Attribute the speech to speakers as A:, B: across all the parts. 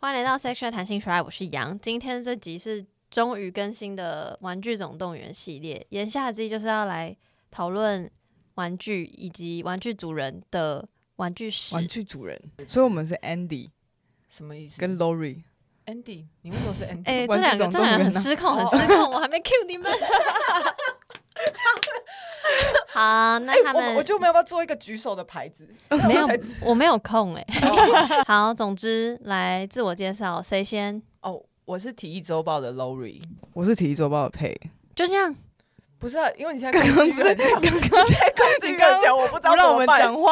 A: 来到 Sexual 弹性说爱，我是杨。今天这集是终于更新的《玩具总动员》系列，言下之意就是要来讨论玩具以及玩具主人的玩具史。
B: 玩具主人，所以我们是 Andy
C: 什么意思？
B: 跟 Lori，
C: Andy，你为什 么是 Andy？
A: 哎、这
B: 玩具
A: 两个
B: 总
A: 这
B: 动
A: 两个
B: 员
A: 很
B: 啊
A: 失控，很失控，我还没 cue 你们。 好，那他
B: 哎
A: 们、
C: 我我就没有要做一个举手的牌子，
A: 没
C: 我
A: 有
C: 才知，
A: 我没有空哎、
B: 哦
A: 好，总之来自我介绍，谁先？
C: 哦，我是体育周报的 Lori，
B: 我是体育周报的佩。
A: 就这样，
C: 不是、啊，啊因为你现在
B: 刚刚
C: 攻击欲很强，
B: 刚
C: 你现在攻 击欲很强，我不知道
B: 不
C: 怎
B: 让我们
C: 么办。
B: 讲话，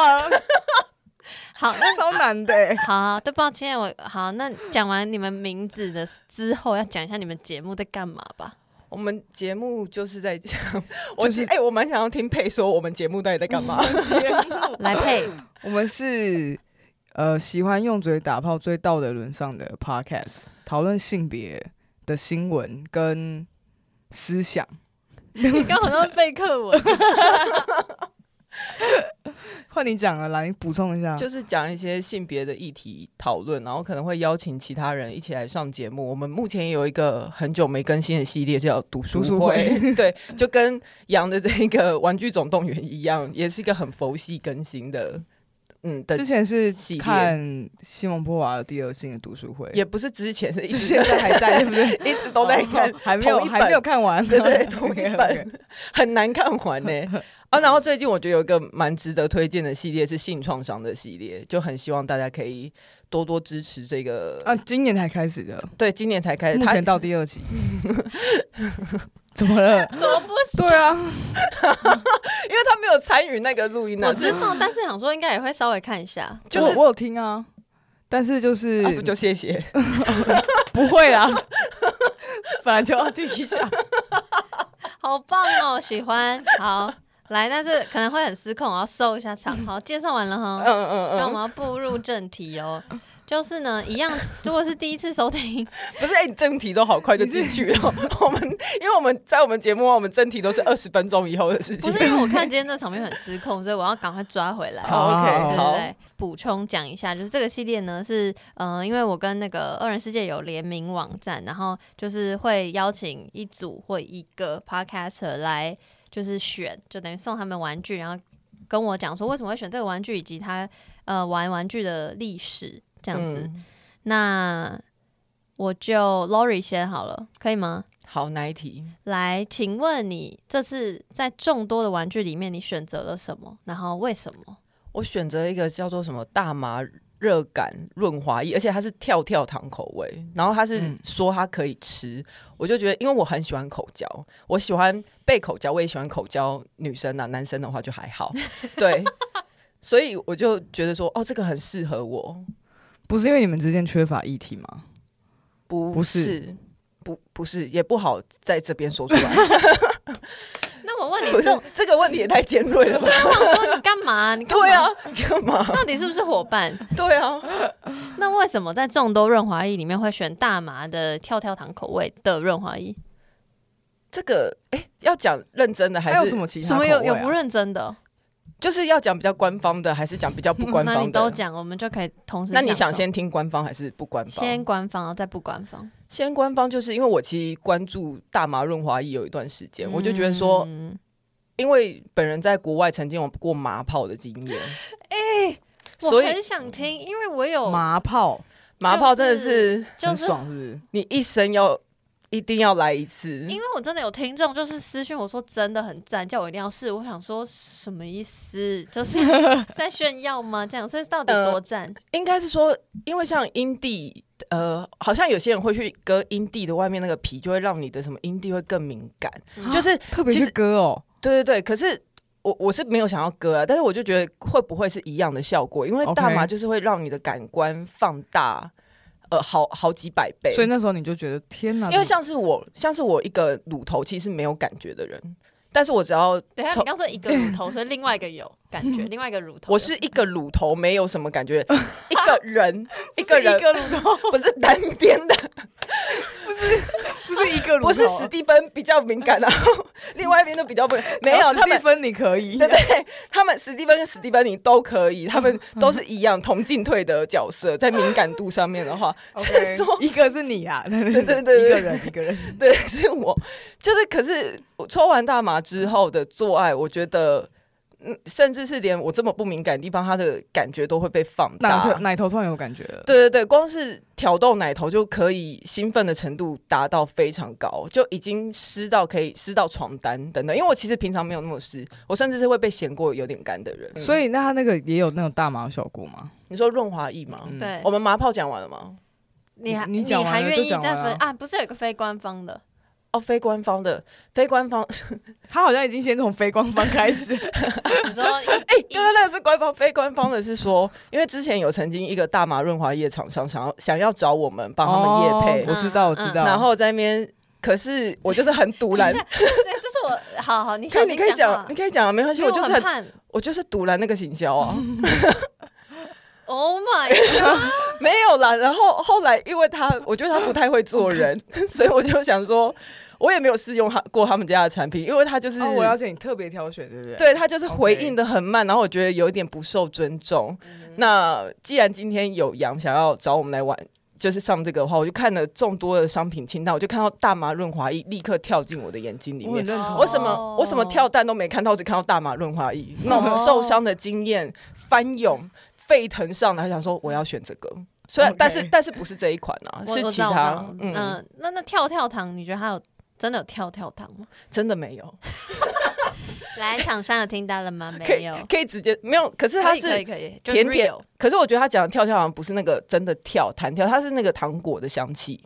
A: 好，那
B: 超难的欸。
A: 好，对，抱歉，我好，那讲完你们名字的之后，要讲一下你们节目在干嘛吧。
C: 我们节目就是在讲， 我
B: 就是
C: 其哎、我蛮想要听佩说我们节目到底在干嘛。哦
A: 来 配，
B: 我们是呃喜欢用嘴打炮追道德沦丧的 Podcast，讨论性别的新闻跟思想。
A: 你刚好像背课文，
B: 换你讲了啦，你补充一下。
C: 就是讲一些性别的议题讨论，然后可能会邀请其他人一起来上节目。我们目前有一个很久没更新的系列叫读书
B: 读书
C: 会， 对，就跟杨的这个《玩具总动员》一样，也是一个很佛系更新的，嗯的
B: 之，前是
C: 系列
B: 看西蒙波娃的第二性的读书会，
C: 也不是之前是一
B: 就
C: 直
B: 现在还 在，对不对？
C: 一直都在看
B: 哦，还没有
C: 同一本
B: 还没有看完，
C: 对对，同一
B: OK，OK
C: 本很难看完呢、啊，然后最近我觉得有一个蛮值得推荐的系列是性创伤的系列，就很希望大家可以多多支持这个。
B: 啊，今年才开始的，
C: 对，今年才开始，
B: 目
C: 它
B: 前到第二集。 怎么 了？
A: 我不行。
B: 对啊，
C: 因为他没有参与那个录音
A: 我
C: 呢，
A: 知
C: 是
A: 道，但是想说应该也会稍微看一下。
C: 就是
B: 我我有听啊，但是就是、
C: 啊不就谢谢，
B: 不 会啊， 本来就要听一下。
A: 好棒哦，喜欢。好，来，但是可能会很失控，我要收一下场。好，介绍完了
C: 嗯
A: 哈，
C: 嗯
A: 那我
C: 嗯，
A: 们要步入正题哦。就是呢，一样，如果是第一次收 听，
C: 不是，哎，你正题都好快就进去了， 我们因为我们在我们节目啊，我们正题都是二十分钟以后的事
A: 不
C: 情，
A: 是因为我看今天这场面很失控，所以我要赶快抓回来。
C: 好
A: 对
C: ，OK，
A: 对
C: 好，
A: 对，补充讲一下，就是这个系列呢是，呃，因为我跟那个二人世界有联名网站，然后就是会邀请一组或一个 podcaster 来，就是选，就等于送他们玩具，然后跟我讲说为什么会选这个玩具，以及他呃玩玩具的历史这样子。
C: 嗯
A: 那我就 Lori 先好了，可以吗？
C: 好，哪一题？
A: 来，请问你这次在众多的玩具里面，你选择了什么？然后为什么？
C: 我选择一个叫做什么大麻热感润滑液，而且它是跳跳糖口味，然后它是
B: 嗯
C: 说它可以吃，我就觉得，因为我很喜欢口交，我喜欢被口交，我也喜欢口交女生啊，男生的话就还 好，对，所以我就觉得说，哦，这个很适合我，
B: 不是因为你们之间缺乏议题吗？
C: 不
B: 不是
C: 是。不不是，也不好在这边说出 来。
A: 那我问你，
C: 不是这个问题也太尖锐了吧？
A: 我想说你干嘛？你干嘛
C: 对啊，，干嘛？
A: 到底是不是伙伴？
C: 对啊，
A: 那为什么在众多润滑液里面会选大麻的跳跳糖口味的润滑液？
C: 这个哎、要讲认真的还
B: 还有
C: 是
B: 什么其他
A: 什么
B: 口味啊、
A: 有有不认真的？
C: 就是要讲比较官方的，还是讲比较不 官
A: 那
C: 方
A: 你
C: 的？
A: 都讲，我们就可以同时。
C: 那你想？先听官方还是不官方？
A: 先官方，然后再不官方。
C: 先官方，就是因为我其实关注大麻润滑液有一段时间，我就觉得说，
A: 嗯
C: 因为本人在国外曾经有过麻炮的经验，
A: 我
C: 所以
A: 很想听，因为我有，
B: 麻炮
C: 麻炮真的是
A: 就
B: 很
A: 是
B: 爽，是不是？
C: 你一生要一定要来一次。
A: 因为我真的有听众就是私讯我说真的很赞，叫我一定要试。我想说什么意思？就是 在炫耀吗？这样，所以到底
C: 呃
A: 多赞？
C: 应该是说，因为像阴蒂，呃，好像有些人会去割阴蒂的外面那个皮，就会让你的什么阴蒂会更敏感，
A: 嗯
C: 就是
B: 特别
C: 其
B: 是
C: 实
B: 歌哦，
C: 对对对，可是我我是没有想要割啊，但是我就觉得会不会是一样的效果？因为
B: OK
C: 大麻就是会让你的感官放大，呃，好好几百倍。
B: 所以那时候你就觉得天哪，
C: 哎因为
B: 怎么
C: 像是我，像是我一个乳头其实没有感觉的人，但是我只要
A: 等一下，
C: 抽
A: 你刚说一个乳 头，所以另外一个有感觉，另外一个乳头有。
C: 我是一个乳头没有什么 感觉，一个人一个人
B: 一个乳头，
C: 不是单边的，
B: 不是一个乳头，
C: 不是史蒂芬比较敏感啊，另外一边都比较不没
B: 然
C: 有
B: 后
C: 他
B: 史蒂
C: 们。
B: 芬你可以，
C: 对对，他们史蒂芬跟史蒂芬妮都可以，他
B: 嗯
C: 们都是一样同进退的角色，在敏感度上面的话，是
B: OK，
C: 说
B: 一个是你啊， 对
C: 对对对
B: 一个人一个人，
C: 对，是我就是，可是我抽完大麻之后的做爱，我觉得，嗯，甚至是连我这么不敏感的地方，它的感觉都会被放
B: 奶
C: 大
B: 头。奶头突然有感觉了，
C: 对对对，光是挑逗奶头就可以兴奋的程度达到非常高，就已经湿到可以湿到床单等等。因为我其实平常没有那么湿，我甚至是会被嫌过有点干的人。
B: 所
C: 以
B: 以那他那个也有那种大麻的效果吗？
C: 你说润滑液吗？
B: 嗯
A: 对
C: 我，们麻泡讲完了吗？
A: 你还
B: 你
A: 你
B: 讲完
A: 还
B: 了
A: 愿
B: 就
A: 意
B: 讲
A: 再
B: 完
A: 分
B: 了
A: 啊？不是有一个非官方 的，
C: 哦，非官方的，非官方，
B: 他好像已经先从非官方开始，
A: 你说哎。
C: 哎、刚刚那个是官方，非官方的是说，因为之前有曾经一个大麻润滑液厂商想要想要找我们帮他们夜配，
B: 哦我知道我知道，
C: 然后在那边，可是我就是很堵拦
A: 对，这是我好好，你
C: 可
A: 小
C: 以，你
A: 心
C: 可以
A: 讲
C: 讲
A: 话，
C: 你，可以讲啊，没关系，
A: 因为
C: 我
A: 我
C: 就是
A: 很
C: 很，
A: 怕。
C: 我就是堵拦那个行销啊，
A: Oh my！God
C: 没有啦。然后后来，因为他，我觉得他不太会做人， 所以我就想说，我也没有试用他过他们家的产品，因为他就是，
B: 哦，我了解你特别挑选，对不对？，
C: 对他就是回
B: OK
C: 应的很慢，然后我觉得有一点不受尊重。
A: 嗯
C: 那既然今天有羊想要找我们来玩，就是上这个的话，我就看了众多的商品清单，我就看到大麻润滑液立刻跳进我的眼睛里
B: 我很
C: 面。
B: 认同。
A: 哦
C: 我什么我什么跳蛋都没看到，我只看到大麻润滑液那种
A: 哦
C: 受伤的经验翻涌沸腾上来，想说我要选这个。虽然
B: OK
C: 但是但是不是这一款啊，
A: 我
C: 是
A: 我
C: 其
A: 知道我知
C: 他
A: 道，
C: 嗯，
A: 嗯，那那跳跳糖，你觉得它有真的有跳跳糖吗？
C: 真的没有，
A: 来，厂商有听到了吗？
C: 可
A: 没
C: 以
A: 有，
C: 可以直接没有，可是它
A: 可以可以
C: 是。
A: 可以，就
C: 甜点
A: real。
C: 可是我觉得他讲的跳跳好像不是那个真的跳弹跳，它是那个糖果的香气。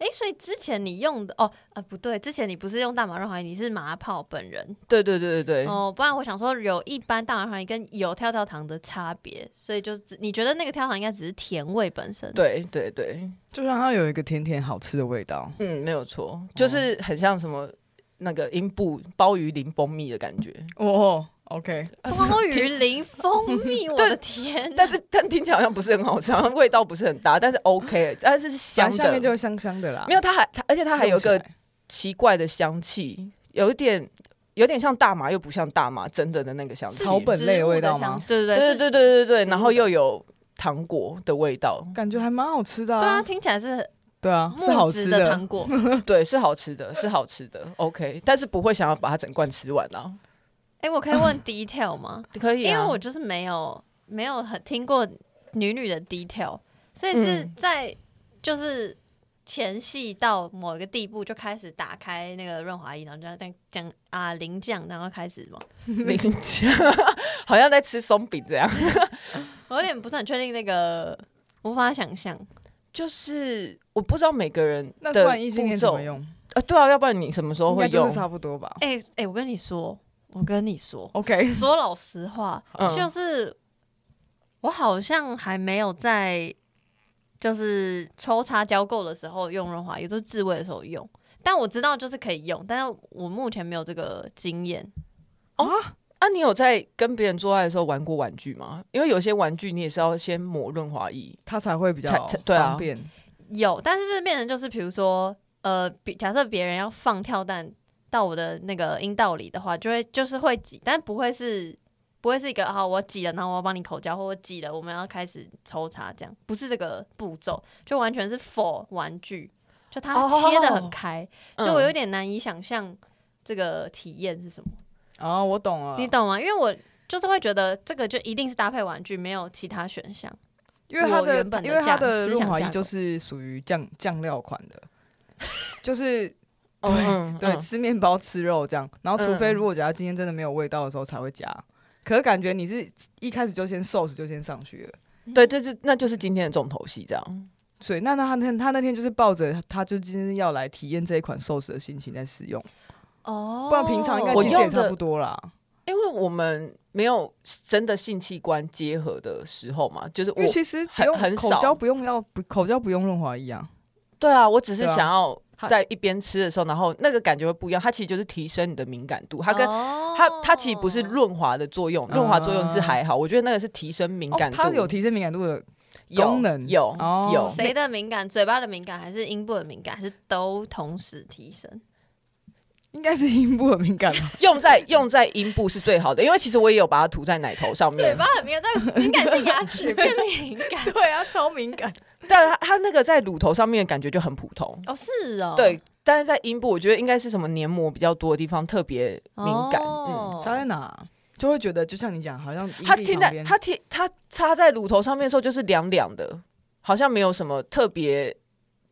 A: 哎，所以之前你用的哦，啊不对，之前你不是用大麻润滑液，你是麻泡本人
C: 对对对对对，
A: 哦，不然我想说有一般大麻润滑液跟有跳跳糖的差别，所以就是你觉得那个跳跳糖应该只是甜味本身，
C: 对对对，
B: 就让它有一个甜甜好吃的味道。
C: 嗯，没有错，就是很像什么那个阴部鲍鱼淋蜂蜜的感觉，
B: 哦，OK，
A: 鲍鱼淋蜂蜜，我的
B: 嗯
A: 天！
C: 但是但听起来好像不是很好吃，好像味道不是很搭， 但是 OK，但是是香
B: 反正下
C: 的
B: 面，就会香香的啦。
C: 没有它还它，而且它还有一
B: 用
C: 个
B: 起来
C: 奇怪的香气，有一点有点像大麻又不像大麻真的的那个香气，
B: 草本类的味道吗
A: 植物的香？对对对是
C: 对对对对对对，
A: 的
C: 然后又有糖果的味道，
B: 感觉还蛮好吃的
A: 对啊，
B: 啊，
A: 听起来是
B: 对啊，是好
A: 木质
B: 吃
A: 的
B: 的。
A: 糖 果，
C: 对，是好吃
B: 嗯
C: 的，是好吃的，OK，但是不会想要把它整罐吃完啊，
A: 哎、我可以问 detail 吗？
C: 可以、啊，
A: 因为我 就是没有没有很听过女女的 detail，所以是
C: 嗯
A: 在就是前戏到某一个地步就开始打开那个润滑液，然后就这样这样啊淋酱，然后开始嘛。
C: 林家 好像在吃松饼这样，
A: 我有点不是很确定那个，无法想象。
C: 就是我不知道每个人
B: 那
C: 的
B: 不然异性
C: 步
B: 恋怎
C: 骤
B: 么用？
C: 啊，对啊，要不然你什么时候
B: 应
C: 会
B: 该就
C: 用
B: 是？差不多吧。
A: 哎、哎、我跟你说，我跟你说
B: OK，
A: 说老实话，
C: 嗯
A: 就是我好像还没有在就是抽插交媾的时候用润滑油，就是自慰的时候用。但我知道就是可以用，但是我目前没有这个经验。
C: 啊，你有在跟别人做爱的时候玩过玩具吗？因为有些玩具你也是要先抹润滑液，
B: 它才会比较
C: 才才对啊
B: 方便。
A: 有，但是变成就是比如说，呃，比假设别人要放跳蛋到我的那个阴道里的话，就会就是会挤，但不会是不会是一个好我挤了，然后我要帮你口交，或我挤了我们要开始抽插这样，不是这个步骤，就完全是否玩具，就它切的很
C: 哦
A: 开。
C: 嗯
A: 所以我有点难以想象这个体验是什么，
B: 哦，我懂了，
A: 你懂吗？因为我就是会觉得这个就一定是搭配玩具，没有其他选项。
B: 因为它
A: 我原本的
B: 因为它
A: 架
B: 的
A: 思想
B: 润滑
A: 架
B: 液
A: 构
B: 就是属于酱酱料款的，就是
C: 对 嗯
B: 对，
C: 嗯
B: 吃面包吃肉这样。然后除非
C: 嗯
B: 如果假如今天真的没有味道的时候才会加，可是感觉你是一开始就先 sauce 就先上去了。
C: 对，就是那就是今天的重头戏这样。
B: 所以那那他那他那天就是抱着他就今天要来体验这一款寿司的心情在使用，
A: 哦
B: 不然平常应该
C: 我
B: 其实
C: 用
B: 也差
C: 的
B: 不多啦。
C: 因为我们没有真的性器官结合的时候嘛，就是
B: 因
C: 我
B: 为其实不
C: 很
B: 用
C: 很
B: 口
C: 少
B: 交不用要不口交不用润滑液啊，
C: 对啊，我只是
B: 对啊
C: 想要
B: 它
C: 在一边吃的时候，然后那个感觉会不一样。它其实就是提升你的敏感度，它
A: 哦
C: 跟它它其实不是润滑的作用，润滑作用是还好，我觉得那个是提升敏
B: 嗯哦
C: 感度。
B: 它有提升敏感度的
C: 有
B: 功能
C: 有
B: 哦
C: 有，
A: 谁的敏感？嘴巴的敏感，还是阴部的敏感，还是都同时提升？
B: 应该是阴部很敏感 吧？
C: 用在用在阴部是最好的，因为其实我也有把它涂在奶头上
A: 嘴
C: 面
A: 巴，很敏感，但敏感性牙齿变敏 感
B: 对啊，超敏感。
C: 但它它那个在乳头上面感觉就很普通，
A: 哦，是哦，
C: 对。但是在阴部，我觉得应该是什么黏膜比较多的地方特别敏感，嗯。
A: 哦
B: 差在哪？就会觉得就像你讲，好像阴蒂
C: 它贴
B: 旁
C: 在
B: 边
C: 它贴它插在乳头上面的时候，就是凉凉的，好像没有什么特别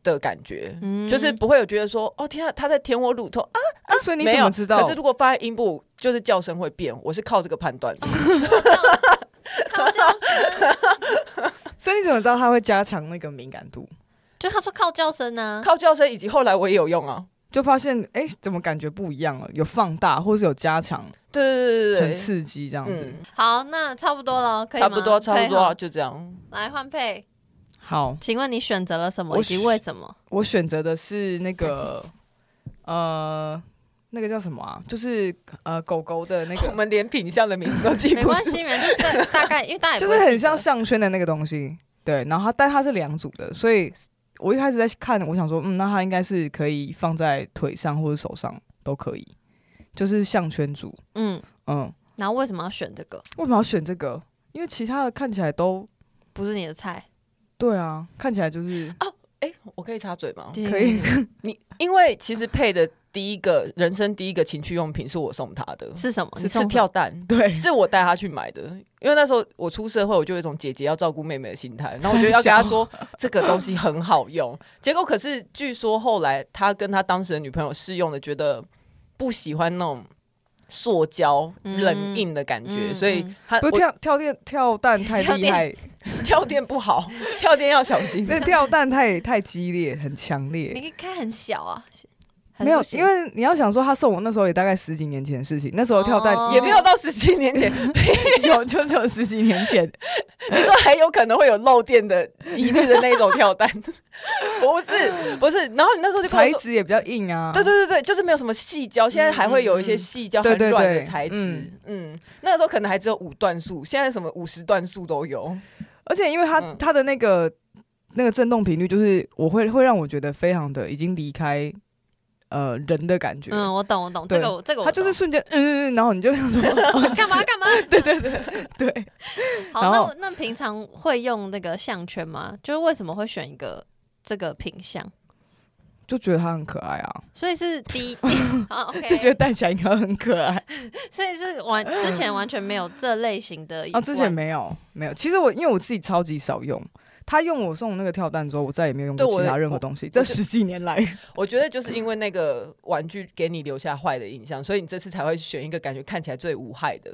C: 的感觉，
A: 嗯
C: 就是不会有觉得说哦天啊，它在舔我乳头啊，
B: 啊所以你
C: 没
B: 怎
C: 有
B: 么知道？
C: 可是如果放在阴部，就是叫声会变，我是靠这个判断的。
B: 嗯
A: 嗯靠叫声，
B: 所以你怎么知道它会加强那个敏感度？
A: 就他说靠叫声啊呢、
C: 靠叫声，以及后来我也有用啊。
B: 就发现哎、诶怎么感觉不一样了？有放大，或是有加强，
C: 对对对对
B: 很
C: 对，
B: 刺激这样子。
C: 嗯，
A: 好，那差不多了，可以
C: 差
A: 吗
C: 不多差不多
A: 可以
C: 啊，
A: 好
C: 就这样。
A: 来换配，
B: 好，
A: 请问你选择了什么
B: 我
A: 以及为什 么？
B: 我选择的是那个 呃，那个叫什么啊？就是呃狗狗的那
C: 我
B: 个，
C: 们连品相的名字都记
A: 没
C: 不
A: 关
C: 住，
A: 系，没关系，这大概因为大家也
B: 就
A: 不会
B: 是很
A: 记
B: 像
A: 得
B: 项圈的那个东西。对，然后它但它是两组的，所以我一开始在看，我想说，嗯，那它应该是可以放在腿上或者手上都可以，就是项圈组。
A: 嗯，
B: 嗯，
A: 然后为什么要选这个？
B: 为什么要选这个？因为其他的看起来都
A: 不是你的菜，
B: 对啊，看起来就是
C: 我可以插嘴吗？
B: 可以
C: 你因为其实配的第一个人生第一个情趣用品是我送他的，
A: 是什么？你
C: 是
A: 送
C: 是
A: 什么
C: 跳蛋。
B: 对，
C: 是我带他去买的，因为那时候我出社会，我就有一种姐姐要照顾妹妹的心态，然后我就要跟他说这个东西很好用。结果可是据说后来他跟他当时的女朋友试用了，觉得不喜欢那种塑胶
A: 嗯
C: 冷硬的感觉，
A: 嗯
C: 所以
A: 嗯
C: 他
B: 不是
C: 我
B: 跳跳电跳蛋太
A: 跳
B: 厉
A: 电
B: 害，
C: 跳垫不好，跳垫要小心。
B: 那跳蛋太太激烈，很强
A: 你
B: 烈。
A: 可以开很小啊，还是
B: 没有
A: 不，行
B: 因为你要想说，他送我那时候也大概十几年前的事情，那时候跳蛋
A: 哦
C: 也没有到十七年前，
B: 哦有，就只有十几年前。
C: 你说还有可能会有漏电的疑虑的那种跳蛋， 不是不是。然后你那时候就跟我
B: 材
C: 说，
B: 质也比较硬啊。
C: 对对对对，就是没有什么细胶，现在还会有
A: 嗯嗯
C: 一些
A: 嗯
C: 细胶
B: 对
C: 很
B: 对
C: 软
B: 对
C: 的材质。嗯，那个时候可能还只有五段数，现在什么五十段数都有。
B: 而且因为它
C: 嗯
B: 它的那个那个震动频率，就是我会会让我觉得非常的已经离开呃人的感觉。
A: 嗯，我懂我懂，
B: 对
A: 这个我这个我
B: 它就是
A: 懂
B: 瞬间，嗯，然后你就 想说，
A: 干嘛 干嘛？
B: 对对对对，
A: 好，
B: 然
A: 那
B: 后
A: 我那平常会用那个项圈吗？就是为什么会选一个这个品相？
B: 就觉得它很可爱啊，
A: 所以是 第一，好 OK，
B: 就觉得戴起来应该很可爱。
A: 所以是完之前完全没有这类型的
B: 啊，之前
A: 玩
B: 没有没有，其实我因为我自己超级少用。他用我送那个跳蛋之后，我再也没有用
C: 对
B: 过
C: 我
B: 其他
C: 的
B: 任何
C: 我
B: 东西。这
C: 我就
B: 十几年来，
C: 我觉得就是因为那个玩具给你留下坏的印象，所以你这次才会选一个感觉看起来最无害的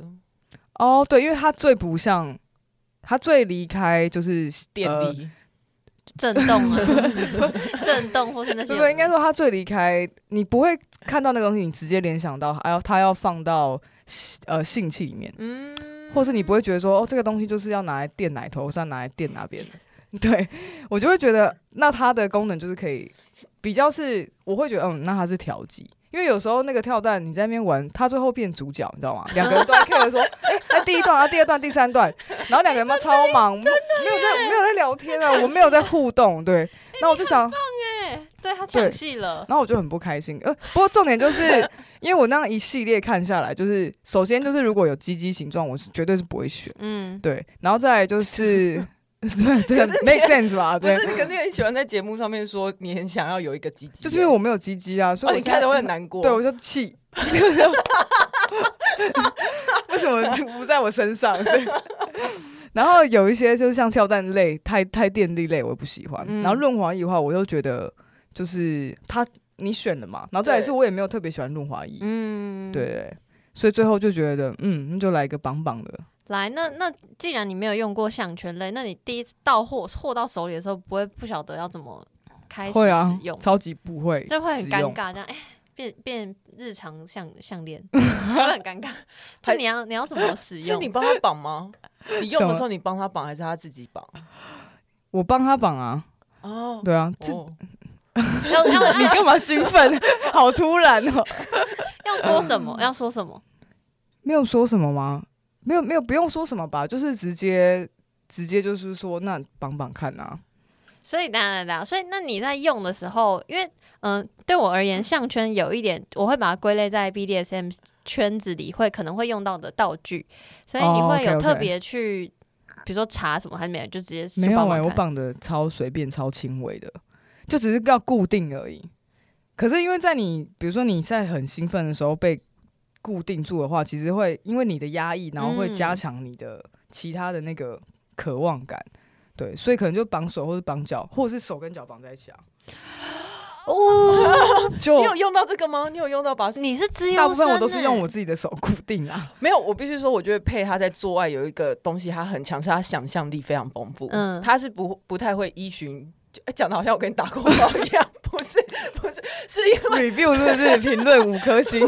B: 哦，对，因为它最不像，它最离开就是
C: 电
B: 呃
C: 力。
A: 震动 啊，震动或是那些
B: 对不对？应该说他最离开，你不会看到那个东西，你直接联想到，哎呦，他要放到呃性器里面，
A: 嗯
B: 或是你不会觉得说，哦，这个东西就是要拿来垫奶头，或是要拿来垫哪边的。 对我就会觉得，那它的功能就是可以比较是，我会觉得，嗯，那它是调剂。因为有时候那个跳蛋，你在那边玩，它最后变主角，你知道吗？两个人都在 care 说， 哎、那第一段，啊，第二段，第三段，然后两个人嘛超忙，没有在没有在聊天啊，我没有在互动，对。那我就想，
A: 对对他
B: 对
A: 抢戏了，
B: 然后我就很不开心。呃，不过重点就是， 因为我那样一系列看下来，就是首先就是如果有鸡鸡形状，我是绝对是不会选。
A: 嗯，
B: 对，然后再来 就是， 对，这个 make sense 吧？
C: 不
B: 呃对
C: 是，你肯定很喜欢在节目上面说你很想要有一个鸡鸡，
B: 就是因为我没有鸡鸡啊，所以
C: 哦，
B: 我
C: 你
B: 现
C: 看
B: 在
C: 着会很难过。
B: 对，我就气， 为什么不在我身上？ 对。然后有一些就是像跳蛋类、太太电力类，我也不喜欢。
A: 嗯
B: 然后润滑液的话，我又觉得就是它你选了嘛，然后再来是
C: 对
B: 我也没有特别喜欢润滑液，
A: 嗯，
B: 对，所以最后就觉得，嗯，那就来一个棒棒的。
A: 来，那那既然你没有用过项圈类，那你第一次到货货到手里的时候，不会不晓得要怎么开始
B: 会啊
A: 使用，，
B: 超级不会，
A: 就会很尴。尬，这样哎，变变日常项项链， 会很尴尬。就你要你要怎么使
C: 是
A: 用？
C: 你帮他绑吗？你用
B: 什么
C: 的时候你帮他绑还是他自己绑？
B: 我帮他绑啊，
C: 哦，
B: 对啊，这
C: 哦
A: 要要
B: 你干嘛兴 奋？好突然哦！
A: 要说什
B: 嗯
A: 么？要说什么？
B: 没有说什么吗？没有，没有，不用说什么吧，就是直接直接就是说，那绑绑看啊。
A: 所以当然啦，所以那你在用的时候，因为嗯、对我而言，项圈有一点，我会把它归类在 BDSM 圈子里会可能会用到的道具，所以你
B: 哦
A: 会有
B: ，OK，OK
A: 特别去，比如说查什么还是没有，就直接去
B: 没有
A: 帮
B: 哎、
A: 忙
B: 我
A: 看
B: 绑的超随便、超轻微的，就只是要固定而已。可是因为在你，比如说你在很兴奋的时候被固定住的话，其实会因为你的压抑，然后会加
A: 嗯
B: 强你的其他的那个渴望感。对，所以可能就绑手或者绑脚，或者是手跟脚绑在一起啊。
A: 哦，
B: 就
C: 你有用到这个吗？你有用到把
A: 你是资优生、欸，
B: 大部分我都是用我自己的手固定啊。
C: 没有，我必须说，我觉得佩他在做爱有一个东西，他很强，是他想象力非常丰富。
A: 嗯
C: 嗯，他是不不太会依循，就哎讲的好像我跟你打过炮一样，不是 不是，是因
A: 欸
B: Review 是不是评论五 颗星？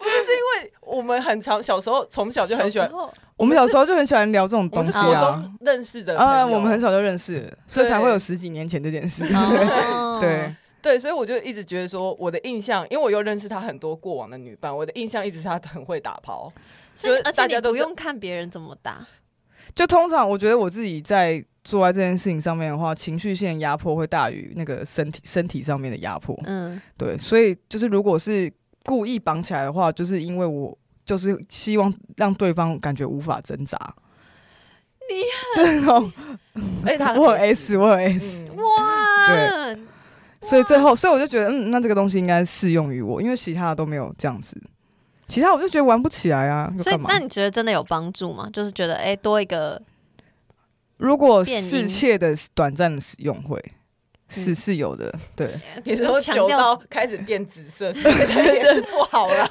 C: 为我们很常小时候从小就很喜欢
A: 小时，候
B: 我们小时候就很喜欢聊这种
C: 我
B: 东
C: 们
B: 西
C: 是国
B: 啊。
C: 中认识的
B: 啊，
C: 朋友
B: 我们很小就认识了，所以
C: 对嗯
B: 才会有十几年前这件事。
A: 哦
B: 对，
C: 对，所以我就一直觉得说，我的印象，因为我又认识他很多过往的女伴，我的印象一直是他很会打炮。
A: 所以
C: 就是
A: 而且
C: 大
A: 你
C: 家都
A: 不
C: 是
A: 用看别人怎么打，
B: 就通常我觉得我自己在做在这件事情上面的话，情绪线压迫会大于那个身体身体上面的压迫。
A: 嗯，
B: 对，所以就是如果是故意绑起来的话，就是因为我就是希望让对方感觉无法挣扎。
A: 你
B: 对哦，
C: 而且哎他
B: 我有 S，我有 S，
C: 嗯，
A: 哇，
B: 对所以最后，所以我就觉得，嗯，那这个东西应该适用于我，因为其他的都没有这样子。其他我就觉得玩不起来啊，就
A: 所以
B: 干嘛
A: 那？你觉得真的有帮助吗？就是觉得哎、多一个
B: 如果
A: 变音
B: 适切的短暂的使用会是
A: 嗯
B: 是有的，对。
C: 你说
A: 强
C: 酒
A: 调
C: 到开始变紫色， 这个也是不好了。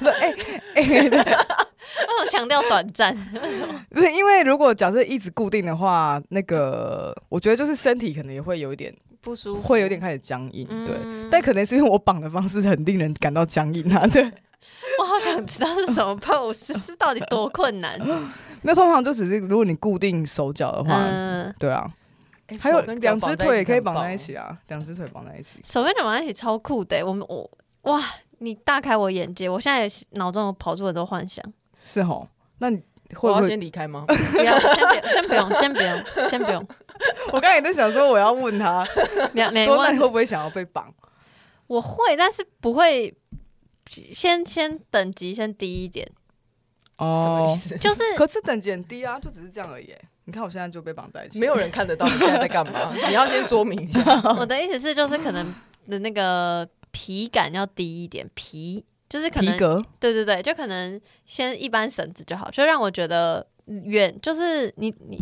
A: 为什么强调短暂？为什么？
B: 不 是因为如果假设一直固定的话，那个我觉得就是身体可能也会有一点，
A: 不舒服，
B: 会有点开始僵硬，对。
A: 嗯
B: 但可能是因为我绑的方式很令人感到僵硬啊，对。
A: 我好想知道是什么 pose，是到底多困难？
B: 那通常就只是如果你固定手脚的话，
A: 嗯，
B: 对啊，
C: 哎
B: 还有
C: 手跟脚
B: 两只
C: 绑在
B: 腿
C: 一
B: 也可以绑
C: 很
B: 在一
C: 棒
B: 起啊，两只腿绑在一起。
A: 手跟脚绑在一起超酷的欸、我们我哇，你大开我眼界，我现在脑中有跑出很多幻 想。
B: 是哦，那你
C: 我
B: 会不
C: 要
B: 会？
C: 先离开 吗？
A: 不要，先不，先不用，先不用，先不 用。
B: 我刚才也在想说，我要问 他说，
A: 你
C: 哎
A: 你
B: 那你
A: 问
B: 会不会想要被绑？
A: 我会，但是不会。先先等级先低一点，
C: 什么意，思？
A: 就是
B: 可是等级很低啊，就只是这样而已耶。你看我现在就被绑在一起，
C: 没有人看得到你现在在干 嘛，你要先说明一 下。
B: 哦
A: 我的意思是，就是可能的那个皮感要低一点，皮就是可能
B: 皮革，
A: 对对对，就可能先一般绳子就好，就让我觉得远，就是你你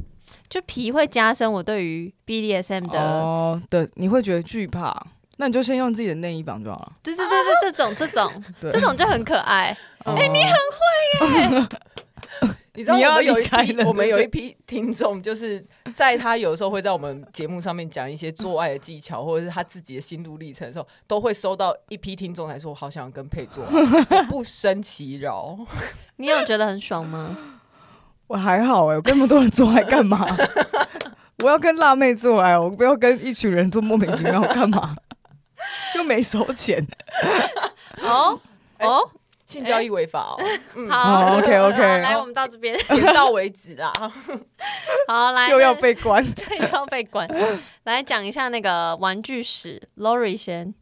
A: 就皮会加深我对于 BDSM 的，
B: 哦，对，你会觉得惧怕，那你就先用自己的内衣绑就好了。
A: 对对对对，这种这种
B: 对，
A: 这种就很可爱，
B: 哎，你很
C: 你知道
B: 你要
C: 我们有一
B: 离开
C: 批
B: 了，
C: 我们有一批听众，就是在他有时候会在我们节目上面讲一些做爱的技巧，或者是他自己的心路历程的时候，都会收到一批听众来说：“我好想跟佩 做爱，我不生其扰。
A: 你有觉得很爽 吗？
B: 我还好哎，我跟那么多人做爱干嘛？ 我要跟辣妹做爱，我不要跟一群人做莫名其妙干 嘛？又没收钱。哎
A: 哦哦，”
C: 性交易违法哦，
A: 好
B: 哦，OK，OK
A: 好来我们到这边，
C: 点到为止 啦。
A: 好来
B: 又要
A: 那
B: 被关。
A: 对又要被管，来讲一下那个玩具史，Lori 先。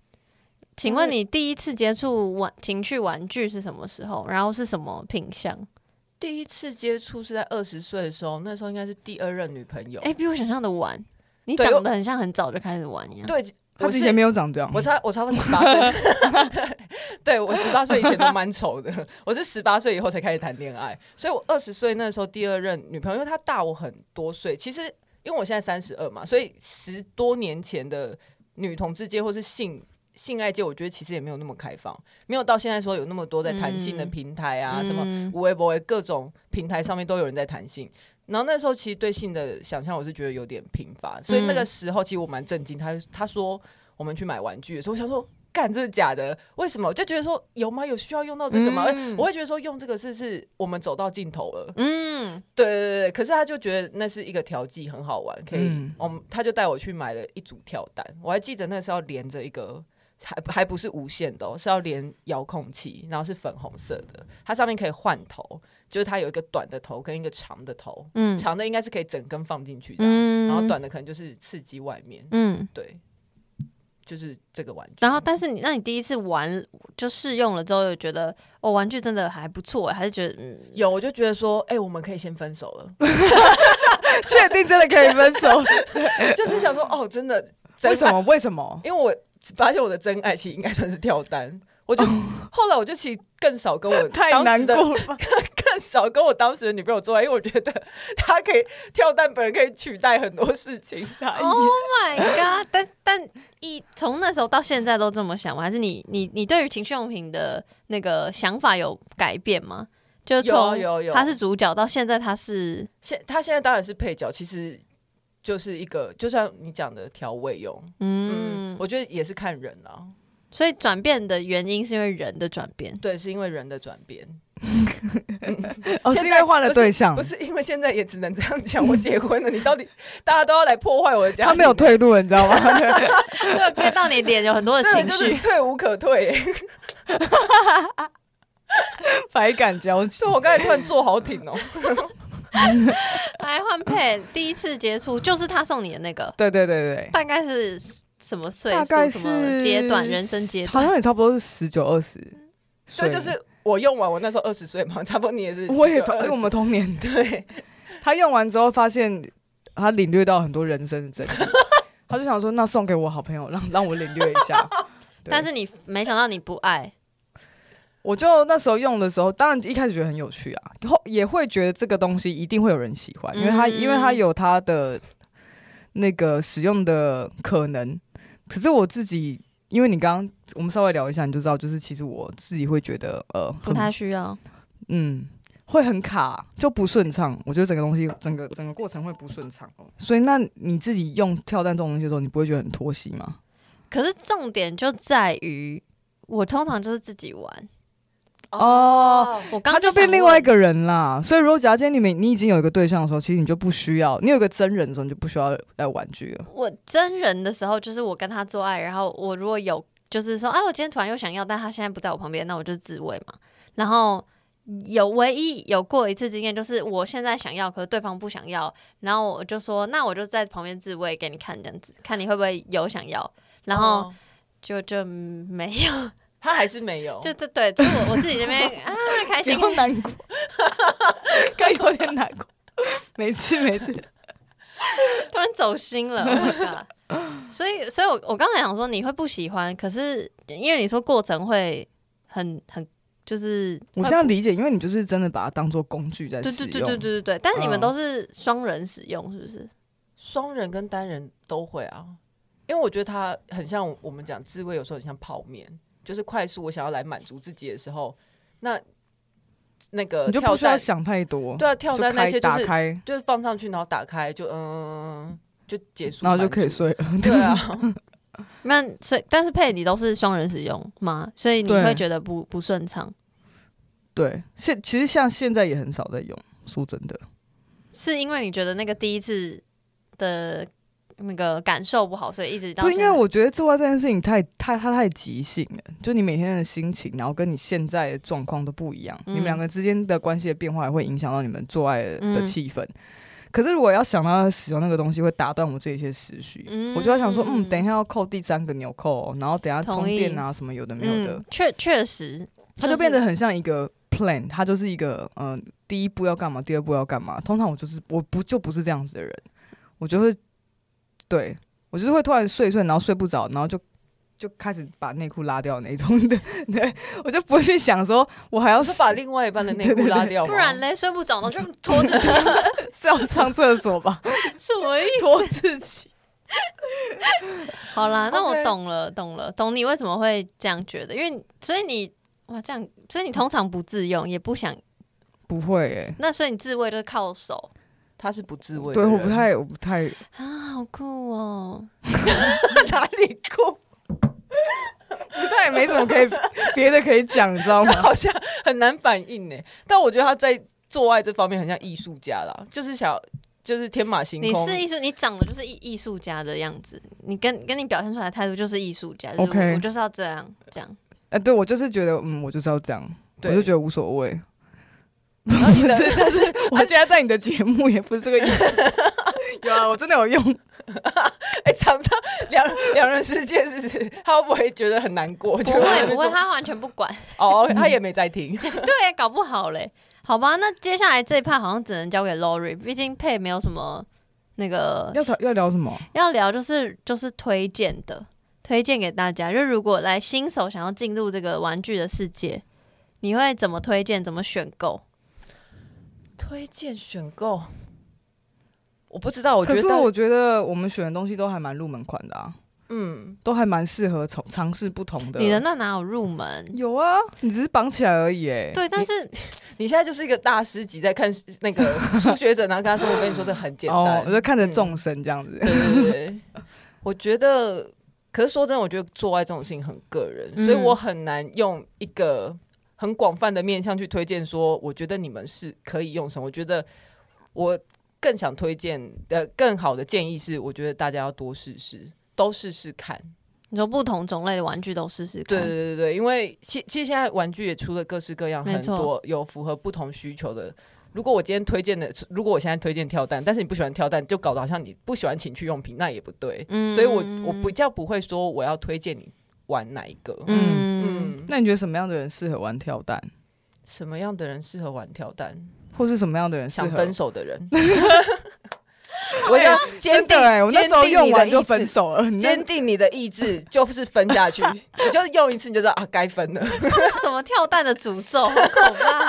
A: 请
C: 嗯
A: 问你第一次接触玩情趣玩具是什么时候？然后是什么品相？
C: 哦第一次接触是在二十岁的时候，那时候应该是第二任女朋友。
A: 哎、比我想象的晚。你
C: 对
A: 长
C: 我
A: 得很像很早就开始玩一样。
C: 对，
B: 他
C: 我
B: 之
C: 是
B: 前没有长这样，
C: 我差我差不多十八 岁，对我十八岁以前都蛮丑的，我是十八岁以后才开始谈恋爱，所以我二十岁那时候第二任女朋友，因为她大我很多岁，其实因为我现在三十二嘛，所以十多年前的女同志界或是性。性爱界，我觉得其实也没有那么开放，没有到现在说有那么多在谈性的
A: 嗯
C: 平台啊，
A: 嗯
C: 什么无微博微各种平台上面都有人在谈性。然后那时候其实对性的想象我是觉得有点贫乏，所以
A: 嗯
C: 那个时候其实我蛮震惊。他他说我们去买玩具的时候，我想说干真的假的？为什么？就觉得说有吗？有需要用到这个吗？
A: 嗯
C: 我会觉得说用这个是是我们走到尽头了。
A: 嗯，
C: 对对对对，可是他就觉得那是一个调剂，很好玩，可以。
B: 嗯
C: 我们他就带我去买了一组跳蛋，我还记得那是要连着一个。还还不是无线的、哦，是要连遥控器，然后是粉红色的，它上面可以换头，就是它有一个短的头跟一个长的头，
A: 嗯
C: 长的应该是可以整根放进去的啊，
A: 嗯
C: 然后短的可能就是刺激外面，
A: 嗯，
C: 对，就是这个玩具。
A: 然后但是你那你第一次玩就试用了之后，有觉得哦玩具真的还不错欸，还是觉得嗯
C: 有我就觉得说，哎、我们可以先分手了，
B: 确定真的可以分手？
C: 就是想说，哦，真的， 真
B: 为
C: 爱
B: 什么？为什么？
C: 因为我发现我的真爱其实应该算是跳单，我就、后来我就其实更少跟我
B: 哦 太
C: 当时
B: 难
C: 的
B: 过了吧。
C: 更少跟我当时的女朋友做爱，因为我觉得 她可以跳蛋本人可以取代很多事情。傻眼
B: 哦
A: Oh my god！但 但一从那时候到现在都这么想吗？还是你你你对于情趣用品的那个想法有改变吗？就是
C: 有
A: 从
C: 有有，
A: 他是主角到现在他是
C: 现她现在当然是配角，其实就是一个就像你讲的调味用，嗯，
A: 嗯，
C: 我觉得也是看人啊啦、
A: 所以转变的原因是因为人的转 变。
C: 对，是因为人的转 变，
B: 哦，
C: 现
B: 是因
C: 在
B: 为换了对象
C: 不，是因为现在也只能这样讲。我结婚了，你到底大家都要来破坏我的家庭，
B: 他没有退路了，你知道吗？
A: 我有 get 到你脸有很多的
C: 对，
A: 情
C: 就是
A: 绪，
C: 退无可退、欸。
B: 百感交 集
C: 就。我刚才突然坐好挺 哦、
A: 来换配第一次接触就是他送你的那个，
B: 对对对对，
A: 大概是什么岁
B: 大
A: 数、
B: 概
A: 什么
B: 是
A: 阶段、人生阶
B: 好
A: 段？
B: 像也差不多是十九二十，
C: 所以就是我用完，我那时候二十岁嘛，差不多你也是19，
B: 我也同，因为
C: 20
B: 我们同年。
C: 对，
B: 他用完之后发现他领略到很多人生的 真谛，他就想说那送给我好朋友，让让我领略一 下。对
A: 但是你没想到你不爱，
B: 我就那时候用的时候，当然一开始觉得很有趣啊，后也会觉得这个东西一定会有人喜欢，因为它、
A: 嗯
B: 因为它有它的那个使用的可能。可是我自己，因为你刚刚我们稍微聊一下，你就知道，就是其实我自己会觉得呃，
A: 不
B: 很
A: 太需要。
B: 嗯，会很卡，就不顺畅。我觉得整个东西，整个整个过程会不顺畅。哦所以，那你自己用跳蛋这种东西的时候，你不会觉得很拖戏吗？
A: 可是重点就在于，我通常就是自己玩。
B: 哦，
A: 我刚
B: 他
A: 刚
B: 就
A: 想
B: 变另外一
A: 问，
B: 个人啦。所以，如果假如今天你们你已经有一个对象的时候，其实你就不需要，你有一个真人的时候，你就不需要来玩具了。
A: 我真人的时候就是我跟他做爱，然后我如果有就是说，啊，我今天突然又想要，但他现在不在我旁边，那我就自慰嘛。然后有唯一有过一次经验，就是我现在想要，可是对方不想要，然后我就说，那我就在旁边自慰给你看，这样子，看你会不会有想要。然后
C: 哦
A: 就就嗯没有，
C: 他还是没有，
A: 就这对，就是我我自己这 边啊开心
B: 不，要难过，刚有点难过。每次每次，
A: 突然走心了 oh my god 所以，所以我我刚才想说你会不喜欢，可是因为你说过程会很很就是，
B: 我现在理解，因为你就是真的把它当做工具在
A: 对
B: 使
A: 对
B: 用。
A: 对对对对对，但是你们
B: 嗯
A: 都是双人使用，是不是？
C: 双人跟单人都会啊，因为我觉得他很像我们讲滋味，有时候很像泡面，就是快速我想要来满足自己的时候，那那个
B: 你就不
C: 跳
B: 需要
C: 蛋，
B: 想太多。
C: 对啊，跳
B: 就
C: 蛋那
B: 开
C: 些就
B: 打
C: 是
B: 开，
C: 就是放上去，然后打开就嗯就结束，
B: 然后就可以。睡了。
C: 对啊，
A: 那所以，但是配你都是双人使用吗？所以你
B: 对
A: 会觉得不不顺畅，
B: 对，现其实像现在也很少在用，说真的，
A: 是因为你觉得那个第一次的那个感受不好，所以一直到
B: 不是因为
A: 现在
B: 我觉得做爱这件事情太太它太即兴了，就你每天的心情，然后跟你现在的状况都不一样，
A: 嗯
B: 你们两个之间的关系的变化也会影响到你们做爱的
A: 嗯
B: 的气氛。可是如果要想到使用那个东西，会打断我这一些思绪。我就要想说，嗯，等一下要扣第三个纽扣哦、然后等一下充
A: 同意
B: 电啊，什么有的没有的，
A: 嗯，确确实，
B: 它就变得很像一个 plan，它就是一个嗯、呃第一步要干嘛，第二步要干嘛。通常我就是我不就不是这样子的人，我就会对我就是会突然睡一睡，然后睡不着，然后就就开始把内裤拉掉那种 的。对我就不会去想说我还要
C: 我是把另外一半的内
B: 对对
C: 裤
B: 对
C: 拉掉
A: 不
C: 吗，
A: 然嘞，睡不着，那就拖着你，
B: 是要上厕所吧，
A: 什么意思？
B: 拖自己。
A: 好啦，那我
C: OK
A: 懂了，懂了，懂你为什么会这样觉得，因为你所以你哇这样，所以你通常不自用，也不想，
B: 不会诶、
A: 那所以你自慰就是靠手
C: 他是不自慰的
B: 对，
C: 人，
B: 我不太，我不太，
A: 啊，好酷哦！
C: 哪里酷，
B: 不太没什么可以 别的可以讲，你知道吗？
C: 好像很难反应呢。但我觉得他在做爱这方面很像艺术家啦，就是想就是天马行空。
A: 你是艺术，你长得就是艺艺术家的样子，你跟跟你表现出来的态度就是艺术家，就是我
B: OK
A: 我就是要这样这样。
B: 呃哎、对我就是觉得，嗯，我就是要这样，我
C: 对
B: 就觉得无所谓。
C: 然后你的
B: 是， 但是我现在在你的节目也不是这个意思。有啊，我真的有用，
C: 哎，常常两两人世界是是，他会不会觉得很难过？
A: 不
C: 就在那
A: 会
C: 边
A: 不会，
C: 说
A: 他完全不管。
C: 哦，他也没在听。
A: 对，搞不好嘞。好吧，那接下来这一趴好像只能交给 Lori，毕竟佩没有什么那个
B: 要要聊什么？
A: 要聊，就是就是推荐的，推荐给大家。就如果来新手想要进入这个玩具的世界，你会怎么推荐？怎么选购？
C: 推荐选购，我不知道，我觉
B: 可
C: 得
B: 是我觉得我们选的东西都还蛮入门款的啊，
C: 嗯，
B: 都还蛮适合从尝试不同
C: 啊
B: 的。
A: 你的那哪有入门？
B: 有啊，你只是绑起来而已、欸。
A: 对，但是
C: 你现在就是一个大师级在看那个初学者，然后跟他说：“我跟你说这很简单。嗯
B: 哦，我就看着众生这样子。
C: 对对对对， 我觉得，可是说真的，我觉得做爱这种事情很个人，所以
A: 嗯
C: 我很难用一个很广泛的面向去推荐说，我觉得你们是可以用什么。我觉得我更想推荐呃更好的建议是，我觉得大家要多试试，都试试看。
A: 你说不同种类的玩具都试
B: 哦
A: 试
C: 对
A: 看，
C: 对对对，因为其其实现在玩具也出了各式各样，
A: 没
C: 很
A: 错
C: 多有符合不同需求的。如果我今天推荐的，如果我现在推荐跳蛋，但是你不喜欢跳蛋，就搞得好像你不喜欢情趣用品，那也不对。
A: 嗯
C: 所以我我比较不会说我要推荐你玩哪一个。
A: 嗯，
C: 嗯，
B: 那你觉得什么样的人适合玩跳蛋，
C: 什么样的人适合玩跳蛋？
B: 或是什么样的人适
C: 想
B: 合
C: 分？手的 人，我要坚
B: 真
C: 定
B: 的哎、我那时候
C: 坚定
B: 用
C: 你的
B: 完就
C: 意志
B: 分手了。你那
C: 坚定你的意志，就是分下 去。你就是用一次你就知道啊，该分了。
A: 什么跳蛋的诅咒，好啊可怕。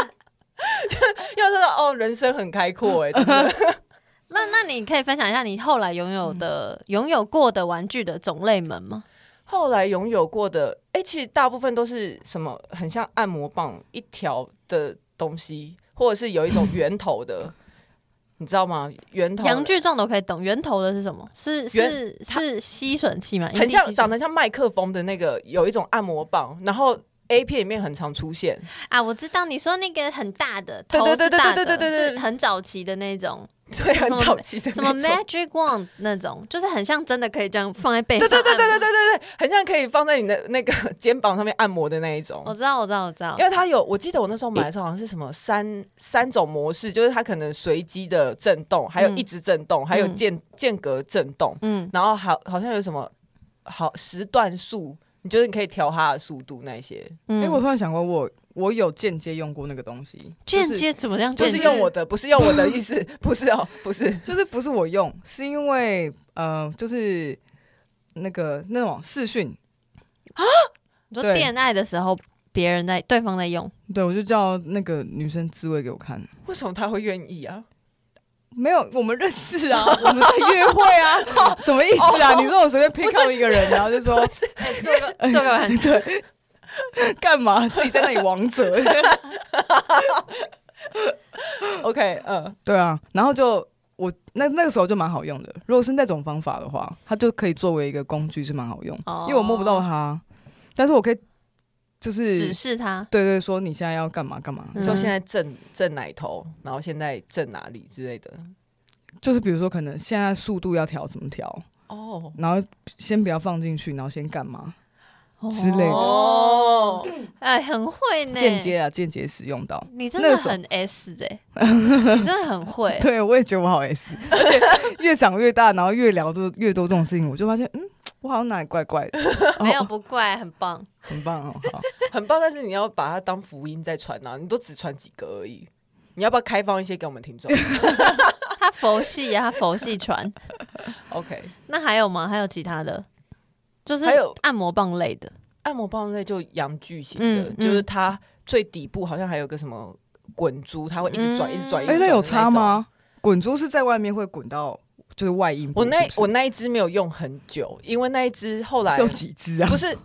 C: 要知道哦，人生很开阔哎、真的
A: 那那你可以分享一下你后来拥有
C: 嗯
A: 的、拥有过的玩具的种类们吗？
C: 后来拥有过的，哎、其实大部分都是什么，很像按摩棒一条的东西，或者是有一种圆 头的，你知道吗？圆头的
A: 洋剧这种都可以懂，源头的是什么？是
C: 源
A: 是
C: 它
A: 是吸吮器吗？
C: 很
A: 引
C: 像
A: 力吸吮
C: 长得像麦克风的那个，有一种按摩棒，然后 A 片里面很常出现，
A: 啊，我知道你说那个很大的，
C: 对对
A: 头是
C: 对对
A: 大
C: 对
A: 的
C: 对对对
A: 是很早期的那种，
C: 对，很
A: 什么
C: 早期的
A: 什么
C: 那种
A: Magic Wand 那种，就是很像真的可以这样放在背上。
C: 对对对对
A: 对，
C: 对对对对，很像可以放在你的那个 肩膀上面按摩的那一种
A: 啊我。知道我知道我知道
C: 因，为它有，我记得我那时候买的时候好像是什么三三种模式，就是它可能随机的震动，还有
A: 嗯
C: 一直震动，还有
A: 嗯
C: 间间隔震动，
A: 嗯，
C: 然后好好像有什么好时段数，你觉得你可以调它的速度那一些，
A: 嗯
B: 哎、我突然想过我，我有间接用过那个东西，就是
A: 间接怎么样？
C: 不是
A: 间接
C: 用我的，不是用我的意思，不是哦，不是，
B: 就是不是我用，是因为呃，就是那个那种视讯，
A: 你说
B: 对
A: 恋爱的时候，别人在对方在用，
B: 对我就叫那个女生自慰给我看。
C: 为什么他会愿意啊？
B: 没有，我们认识啊，我们在约会啊，什么意思啊？你说我随便 pick up 一个人，然后就说
A: 哎，做个做个很
B: 干嘛？自己在那里王者？
C: OK，嗯，
B: 对啊，然后就我那那个时候就蛮好用的。如果是那种方法的话，它就可以作为一个工具是蛮好用，
A: 哦
B: 因为我摸不到它，但是我可以就是
A: 指示他，
B: 对对说你现在要干嘛干嘛，
A: 嗯
C: 你说现在正正奶头，然后现在正哪里之类的。
B: 就是比如说可能现在速度要调怎么调，
C: 哦
B: 然后先不要放进去，然后先干嘛之类的，
C: 哦，
A: 哎，很会呢，
B: 间接啊间接使用到。
A: 你真
B: 那
A: 的
B: 时候
A: 很 S 哎、你真的很会、
B: 对，我也觉得我好 S，而且越长越大，然后越聊就越多这种事情，我就发现，嗯，我好像哪里怪怪的，
A: 没有不怪，很棒。
B: 很棒哦， 好，
C: 很棒，但是你要把它当福音在传啊，你都只传几个而已。你要不要开放一些给我们听众
A: 他佛系呀、啊，他佛系传。
C: ？OK，
A: 那还有吗？还有其他的？就是
C: 还有
A: 按摩棒类的，
C: 按摩棒类就阳具型的，
A: 嗯
C: 就是
A: 嗯
C: 它最底部好像还有个什么滚珠，它会一直转、
A: 嗯
C: 一直转。一
B: 哎、
C: 直转
B: 那有
C: 的
B: 差
C: 种？
B: 吗？滚珠是在外面会滚到就是外阴部
C: 我那
B: 是不是
C: 我那一只没有用很久，因为那一只后来
B: 是有几只啊
C: 不？是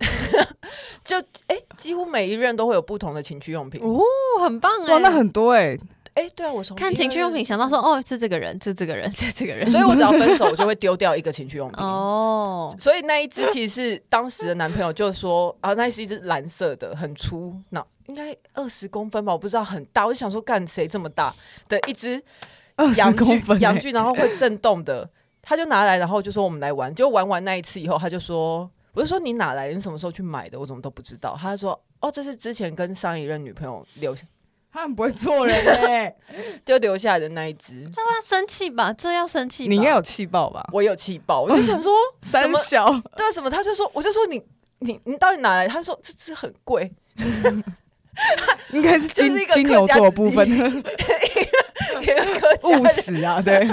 C: 就哎、几乎每一任都会有不同的情趣用品。
A: 哦，很棒哎、
C: 欸
B: 哇，那很多哎、
C: 哎、对啊，我 从
A: 看
C: 第二
A: 情趣用品
C: 任
A: 想到说，哦，是这个人，是 这个人，是这个人。
C: 所以我只要分手，我就会丢掉一个情趣用品。
A: 哦，
C: 所以那一只其实是当时的男朋友就说啊，那是一只蓝色的，很粗，那应该二十公分吧，我不知道很大，我就想说干谁这么大的一只
B: 二十
C: 洋
B: 公
C: 具
B: 分、欸，
C: 洋具，然后会震动的，他就拿来，然后就说我们来玩，就玩完那一次以后，他就说，我就说你哪来的？你什么时候去买的？我怎么都不知道。他就说哦，这是之前跟上一任女朋友留。
B: 他很不会做人哎、
C: 就留下来的那一 只，
A: 这要生气吧？这要生气吧？
B: 你应该有气爆吧？
C: 我有气爆，我就想说什
B: 三
C: 么
B: 小，
C: 对啊什么，他就说，我就说你你你到底哪来？他说这只很 贵，
B: 应该是金
C: 就是一个
B: 金牛座的部分
C: 一个客家
B: 务
C: 人
B: 实啊，对，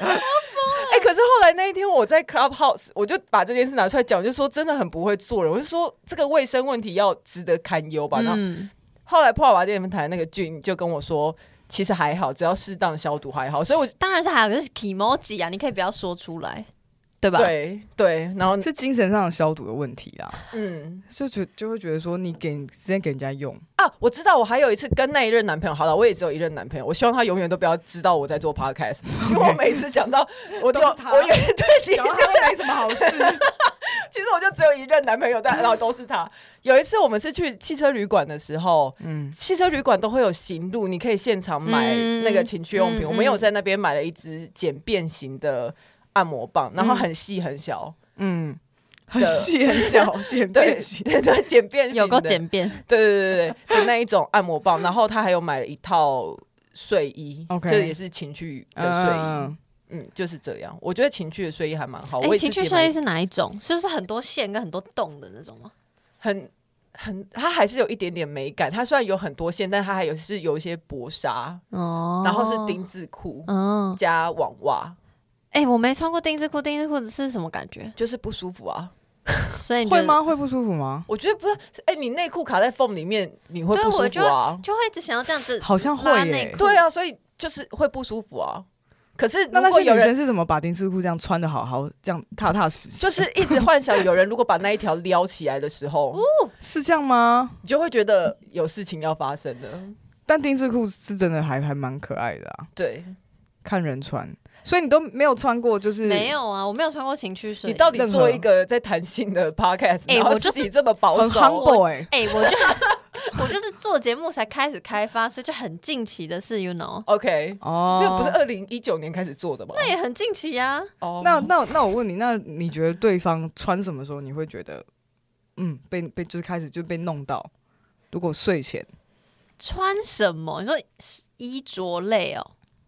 C: 哎、可是后来那一天我在 Clubhouse，我就把这件事拿出来讲，我就说真的很不会做人，我就说这个卫生问题要值得堪忧吧。然后
A: 嗯，
C: 后来破瓦瓦电台那个俊就跟我说，其实还好，只要适当消毒还好。所以我
A: 当然是还有个是 emoji 啊，你可以不要说出来，对吧？
C: 对对，然后
B: 是精神上的消毒的问题啊啦，
C: 嗯
B: 就觉就会觉得说你给直接给人家用，
C: 啊，我知道，我还有一次跟那一任男朋友，好了，我也只有一任男朋友，我希望他永远都不要知道我在做 podcast，因为我每次讲到我都
B: 都是他
C: 我有对，其实
B: 然 后他没什么好事，
C: 其实我就只有一任男朋友，但然后都是他。有一次我们是去汽车旅馆的时候，
B: 嗯，
C: 汽车旅馆都会有行路，你可以现场买
A: 嗯
C: 那个情趣用品。
A: 嗯
C: 我们有在那边买了一支简便型的按摩棒，然后
A: 嗯
C: 很细很小，
B: 嗯，很细很小，简
C: 对
B: 便型，
C: 对对，简便型的
A: 有够，简便，
C: 对对对对的那一种按摩棒。然后他还有买了一套睡衣
B: OK
C: 就是也是情趣的睡衣。
B: 嗯，
C: 嗯，就是这样。我觉得情趣的睡衣还蛮好，
A: 哎、
C: 我也
A: 情趣
C: 自己
A: 睡
C: 买
A: 衣是哪一种？是不是很多线跟很多洞的那种吗？
C: 很很，它还是有一点点美感。它虽然有很多线，但它还有是有一些薄纱，
A: 哦，
C: 然后是丁，字裤、
A: 嗯，
C: 加网袜，
A: 哎、我没穿过丁字裤，丁字裤是什么感 觉？
C: 就是不舒服啊。
A: 所以你
B: 嗯会
A: 就？
B: 吗？会不舒服吗？
C: 我觉得不是，哎、你内裤卡在缝里面，你会
A: 对
C: 不
A: 我
C: 舒服
A: 就
C: 啊？
A: 就会一直想要这样子，
B: 好像会
A: 拉
B: 耶
A: 内裤
C: 对啊，所以就是会不舒服啊。可是
B: 那
C: 如
B: 那
C: 果
B: 些
C: 有
B: 女
C: 人
B: 生是怎么把丁字裤这样穿的好好，这样踏踏实实？
C: 就是一直幻想有人如果把那一条撩起来的 时候，
A: 哦
B: 是这样吗？
C: 你就会觉得有事情要发生了。
B: 但丁字裤是真的还还蛮可爱的啊，
C: 对
B: 看人穿，所以你都没有穿过，就是
A: 没有啊，我没有穿过情趣睡衣。
C: 你到底
B: 任何
C: 做一个在谈性的 podcast，、
A: 哎
C: 然后
A: 我就
C: 自己这么保
B: 很
C: 守，
B: humble 哎、
A: 哎、我就我就是 做节目才开始开发，所以就很近期的事，you know，
C: OK，
B: 哦
C: 没有，不是二零一九年开始做的吗？
A: 那也很近期啊呀、
C: 哦
B: 那那那我问你，那你觉得对方穿什么时候你会觉得，嗯，被被就是开始就被弄到？如果睡前
A: 穿什么？你说衣着类哦，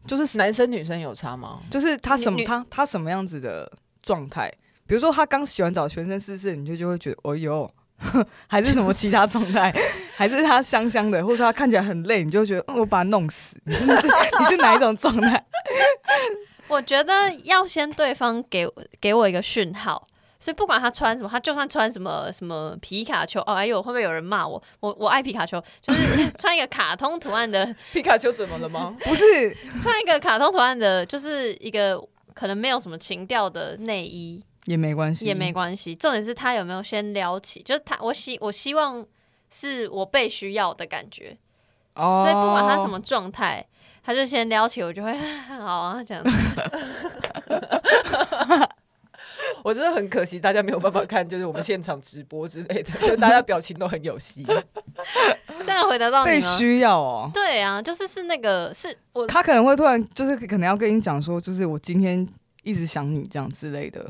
B: 就是
C: 男生女生有 差吗？
B: 就是他什么
A: 女
B: 他他什么样子的状态？比如说他刚洗完澡全身湿湿，你就就会觉得哦哟， 还是什么其他状态， 还是他香香的，或者他看起来很累，你就会觉得、嗯、我把他弄死，你真的是你是哪一种状态？
A: 我觉得要先对方给我给我一个讯号。所以不管他穿什么，他就算穿什么什么皮卡丘哦，哎呦，会不会有人骂我？我我爱皮卡丘，就是穿一个卡通图案的，
C: 皮卡丘怎么了吗？
B: 不是
A: 穿一个卡通图案的，就是一个可能没有什么情调的内衣，
B: 也没关系，
A: 也没关系。重点是他有没有先撩起，就是他我希我希望是我被需要的感觉，
B: 哦
A: 所以不管他什么状态，他就先撩起，我就会 好啊这样子。
C: 我真的很可惜，大家没有办法看，就是我们现场直播之类的，就大家表情都很有戏。
A: 这样回答到你
B: 被
A: 吗？
B: 需要哦。
A: 对啊，就是是那个是我
B: 他可能会突然就是可能要跟你讲说，就是我今天一直想你这样之类的。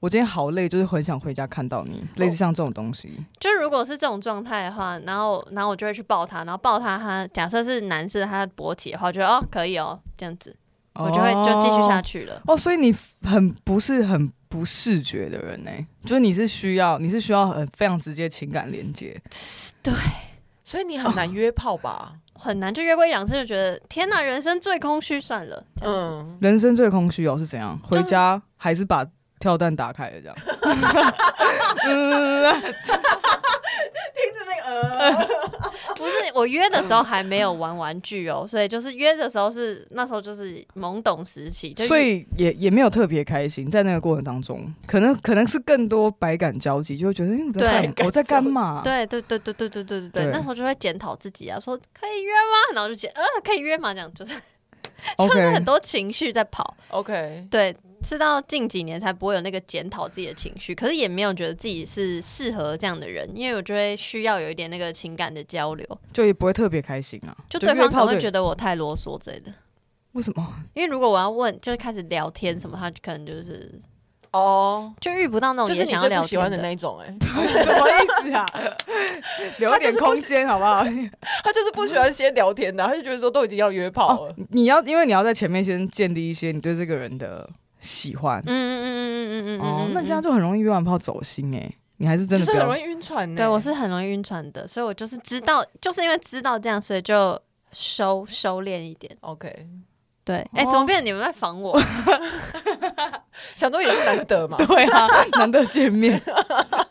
B: 我今天好累，就是很想回家看到
A: 哦
B: 你，类似像这种东西。
A: 就如果是这种状态的话，然后然后我就会去抱他，然后抱他，他假设是男士，他勃起的话，我觉得哦可以哦这样子，我就会就继续下
B: 去。
A: 去了。
B: 哦，所以你很不是很不视觉的人呢、欸就是你是需要你是需要很非常直接情感连接。
A: 嗯对。
C: 所以你很难约炮吧？
A: 很难，就约过一两次就觉得天哪，人生最空虚，算了。
C: 嗯，
B: 人生最空虚哦是怎样？
A: 就是
B: 回家还是把跳蛋打开了这样？
C: 听着那个，
A: 不是我约的时候还没有玩玩具哦，所以就是约的时候是那时候就是懵懂时期，就
B: 所以也也没有特别开心，在那个过程当中，可能可能是更多百感交集，就会觉得、哎我在
A: 对
B: 干我在干嘛？
A: 对对对对对对对对对，
B: 对
A: 那时候就会检讨自己啊，说可以约吗？然后就觉得呃可以约吗？这样就是
B: OK
A: 就是很多情绪在跑，
C: OK，
A: 对，是到近几年才不会有那个检讨自己的情绪，可是也没有觉得自己是适合这样的人，因为我就会需要有一点那个情感的交流，
B: 就也不会特别开心啊。
A: 就对方
B: 约
A: 可能
B: 炮
A: 会觉
B: 得
A: 得我太啰嗦之类的。
B: 为什么？
A: 因为如果我要问，就是开始聊天什么，他就可能就是
C: 哦，
A: 就遇不到那种
C: 就是
A: 也
C: 你
A: 想要
C: 最
A: 聊
C: 不喜
A: 天
C: 欢的那一种哎、
B: 什么意思啊？ 留一
C: 他就
B: 点
C: 是不
B: 空
C: 喜
B: 间好不好？
C: 他就是不喜欢先聊天的，他就觉得说都已经要约炮了。
B: 哦你要因为你要在前面先建立一些你对这个人的喜欢
A: 嗯嗯嗯嗯嗯嗯，嗯嗯嗯
B: 哦
A: 嗯，，
B: 那这样
A: 就
B: 就很容易约完炮走心哎、你还是真
C: 就
B: 的不
C: 是
B: 要
C: 很容易晕船、呢。欸
A: 对我是很容易晕船的，所以我就是知道，就是因为知道这样，所以就收收敛一点。
C: OK，
A: 对，哎、
B: 哦。
A: 怎么变成你们在防我？
C: 想说也是难得嘛
B: 对啊， 难得见面，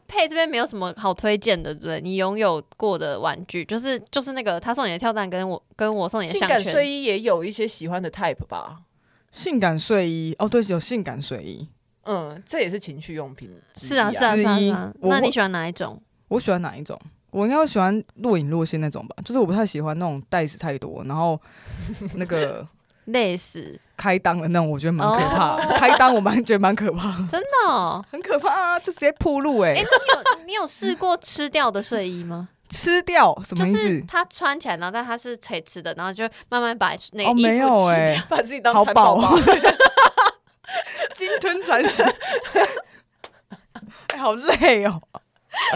A: 佩这边没有什么好推荐的，对不对？你拥有过的玩具，就是就是那个他送你的跳蛋，跟我跟我送你的
C: 性
A: 项
C: 感
A: 圈，
C: 睡衣也有一些喜欢的 type 吧，
B: 性感睡衣哦，对，有性感睡衣，
C: 嗯，这也是情趣用品之
A: 是
C: 一、
A: 啊是啊
B: 之
A: 是啊
B: 一
A: 是啊。
B: 我
A: 那
B: 会
A: 你喜欢哪一种？
B: 我喜欢哪一种？我应该喜欢若隐若现那种吧，就是我不太喜欢那种袋子太多，然后那个
A: 类似
B: 开裆的那种，我觉得蛮可怕的。
A: 哦
B: 开裆我蛮觉得蛮可怕的，
A: 真的、哦？
B: 很可怕啊，就直接铺路哎、
A: 哎、那你有你有试过吃掉的睡衣吗？
B: 吃掉 什
A: 就
B: 么意
A: 是
B: 思？
A: 它穿起来，然后但它是可以吃的，然后就慢慢把那
B: 哦，
A: 个衣
B: 没有
A: 服吃
B: 哎、
A: 掉。
C: 把自己当
B: 好
C: 蚕宝
B: 饱哦，
C: 宝
A: 啊
B: 鲸吞蚕食。 哎，好累哦！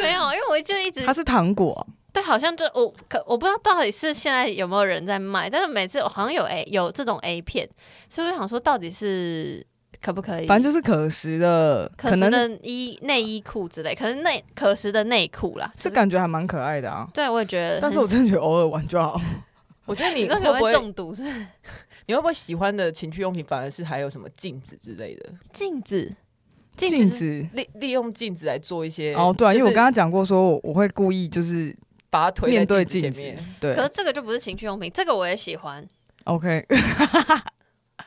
A: 没有，因为我就一直
B: 它是糖果，
A: 对，好像就我可我不知道到底是现在有没有人在卖，但是每次我好像有 A 有这种 A 片，所以我想说到底是可不可以？
B: 反正就是可食的，
A: 可
B: 可
A: 食
B: 能
A: 的衣内衣裤之类，可能内可食的内裤啦。
B: 是
A: 就是
B: 感觉还蛮可爱的啊。
A: 对，我也觉得很。
B: 但是我真的觉得偶尔玩就好。
C: 我觉得
A: 你
C: 你
A: 说
C: 会
A: 可能
C: 不
A: 会
C: 会
A: 中毒是不是
C: 你会不会喜欢的情趣用品反而是还有什么镜子之类的，
A: 镜子，
B: 镜
A: 镜子
B: 子
C: 利利用镜子来做一些
B: 哦，对啊，因为我
C: 就是
B: 刚刚讲过，说我我会故意就是
C: 把它推在
B: 面对
C: 镜
B: 镜
C: 子前
B: 子
C: 面，，
A: 是
B: 对
A: 可是这个就不是情趣用品，这个我也喜欢，
B: ，OK，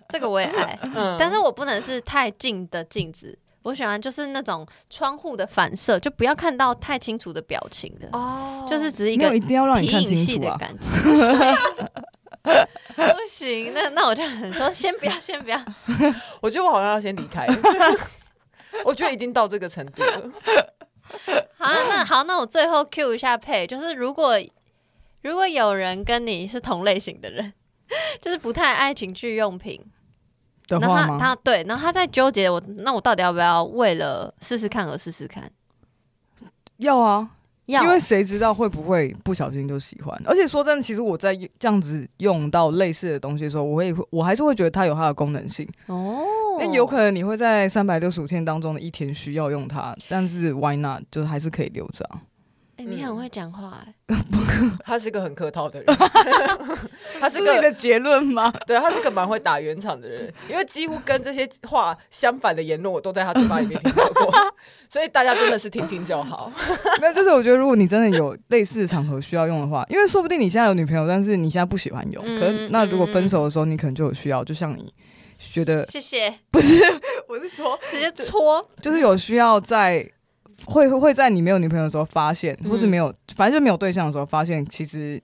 A: 这个我也爱。
C: 嗯
A: 但是我不能是太近的镜子，我喜欢就是那种窗户的反射，就不要看到太清楚的表情的，
C: 哦
A: 就是只是一
B: 没
A: 个
B: 有一定要让
A: 皮
B: 你看
A: 影戏
B: 清楚
A: 的
B: 啊。
A: 感觉。不 行，那那我就很说，先不要，先不要。
C: 我觉得我好像要先离 开，我觉得已经到这个程度了。
A: 好、啊，那好，那我最后 Q 一下佩，就是如果如果有人跟你是同类型的人，就是不太爱情趣用品，
B: 的
A: 然后
B: 话
A: 他
B: 吗？
A: 他对，然后他在纠结我，那我到底要不要为了试试看而试试看？
B: 要啊，
A: 要
B: 因为谁知道会不会不小心就喜欢？而且说真的，其实我在这样子用到类似的东西的时候，我会我还是会觉得它有它的功能性。
A: 哦，
B: 那有可能你会在三百六十五天当中的一天需要用它，但是 why not 就还是可以留着、啊。
A: 哎、你很会讲话、哎
B: 呃
C: 他是个很客 套的人，他是
B: 你
C: 个
B: 的结论 吗？
C: 对，他是个蛮会打圆场的人，因为几乎跟这些话相反的言论，我都在他嘴巴里面听到 过，所以大家真的是听听就好。
B: 没有，就是我觉得如果你真的有类似的场合需要用的话，因为说不定你现在有女朋友，但是你现在不喜欢用，
A: 嗯
B: 可是那如果分手的时候你可能就有需要，就像你觉得
A: 欸谢谢，
B: 我是说，
A: 直接搓，
B: 就是有需要在会会在你没有女朋友的时候发现，
A: 嗯
B: 或是没有反正就没有对象的时候发现，其实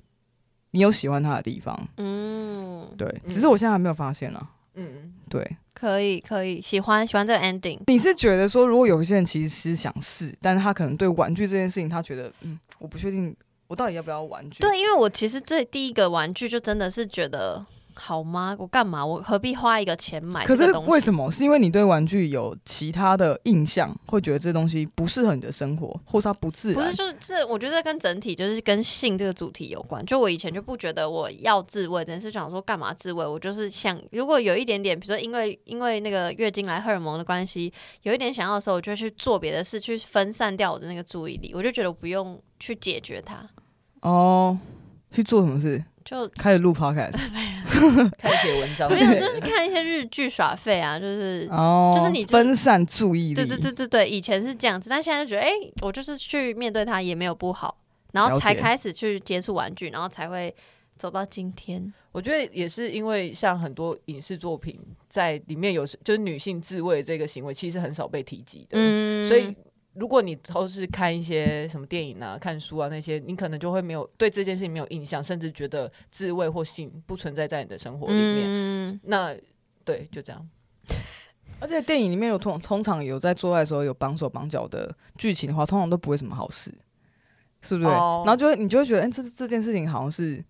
B: 你有喜欢他的地方，
A: 嗯，
B: 对，
C: 嗯
B: 只是我现在还没有发现啊，
C: 嗯，
B: 对。
A: 可以可以，喜欢喜欢这个 ending，
B: 你是觉得说，如果有一些人其实想试，但是他可能对玩具这件事情，他觉得，嗯，我不确定我到底要不要玩具。，
A: 对，因为啊我其实最第一个玩具就真的是觉得好吗？我干嘛？我何必花一个钱买
B: 可
A: 这
B: 是
A: 个东西？
B: 为什么？是因为你对玩具有其他的印象，会觉得这东西不适合你的生活，或是它不自
A: 不
B: 然
A: 是，。就是这，我觉得这跟整体就是跟性这个主题有关。就我以前就不觉得我要自慰，真是想说干嘛自慰？我就是想，如果有一点点，比如说因为因为那个月经来荷尔蒙的关系，有一点想要的时候，我就会去做别的事，去分散掉我的那个注意力。我就觉得我不用去解决它，
B: 哦，去做什么事？
A: 就
B: 开始 录 podcast。
C: 看写文章，
A: 没有就是看一些日剧耍废啊，就是
B: 哦，
A: 就是你就是
B: 分散注意力。
A: 对对对对对，以前是这样子，但现在就觉得，哎、我就是去面对它也没有不好，然后
B: 了
A: 才
B: 解
A: 开始去接触玩具，然后才会走到今天。
C: 我觉得也是因为像很多影视作品在里面有时，就是女性自慰这个行为其实很少被提及的，
A: 嗯，
C: 所以。如果你都是看一些什么电影啊、看书啊那些，你可能就会没有对这件事情没有印象，甚至觉得自慰或性不存在在你的生活里面。
A: 嗯，
C: 那对，就这样。
B: 而且电影里面有通通常有在做爱的时候有绑手绑脚的剧情的话，通常都不会什么好事，是不是？
C: 哦
B: 然后就会你就会觉得，哎、这这件事情好像是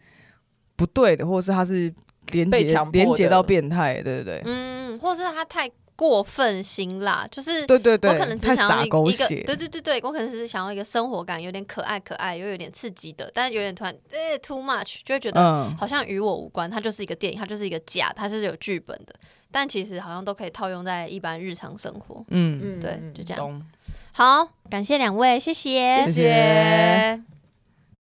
B: 不对的，或者是它是连
C: 被
B: 接
C: 强迫的
A: 嗯
B: 连接到变态，对对对。
A: 嗯，或是他太过分辛辣，就是
B: 对对对，
A: 我可能只
B: 太
A: 想要
B: 洒
A: 一
B: 狗
A: 一个，
B: 血，
A: 对对对对，我可能只是想要一个生活感，有点可爱可爱，又有点刺激的，但是有点突然，哎、t o o much，就会觉得
B: 嗯，
A: 好像与我无关，它就是一个电影，它就是一个假，它是有剧本的，但其实好像都可以套用在一般日常生活。
B: 嗯
C: 嗯
A: 对就这样
C: 懂
A: 好，感谢两位，谢谢
C: 嗯谢谢。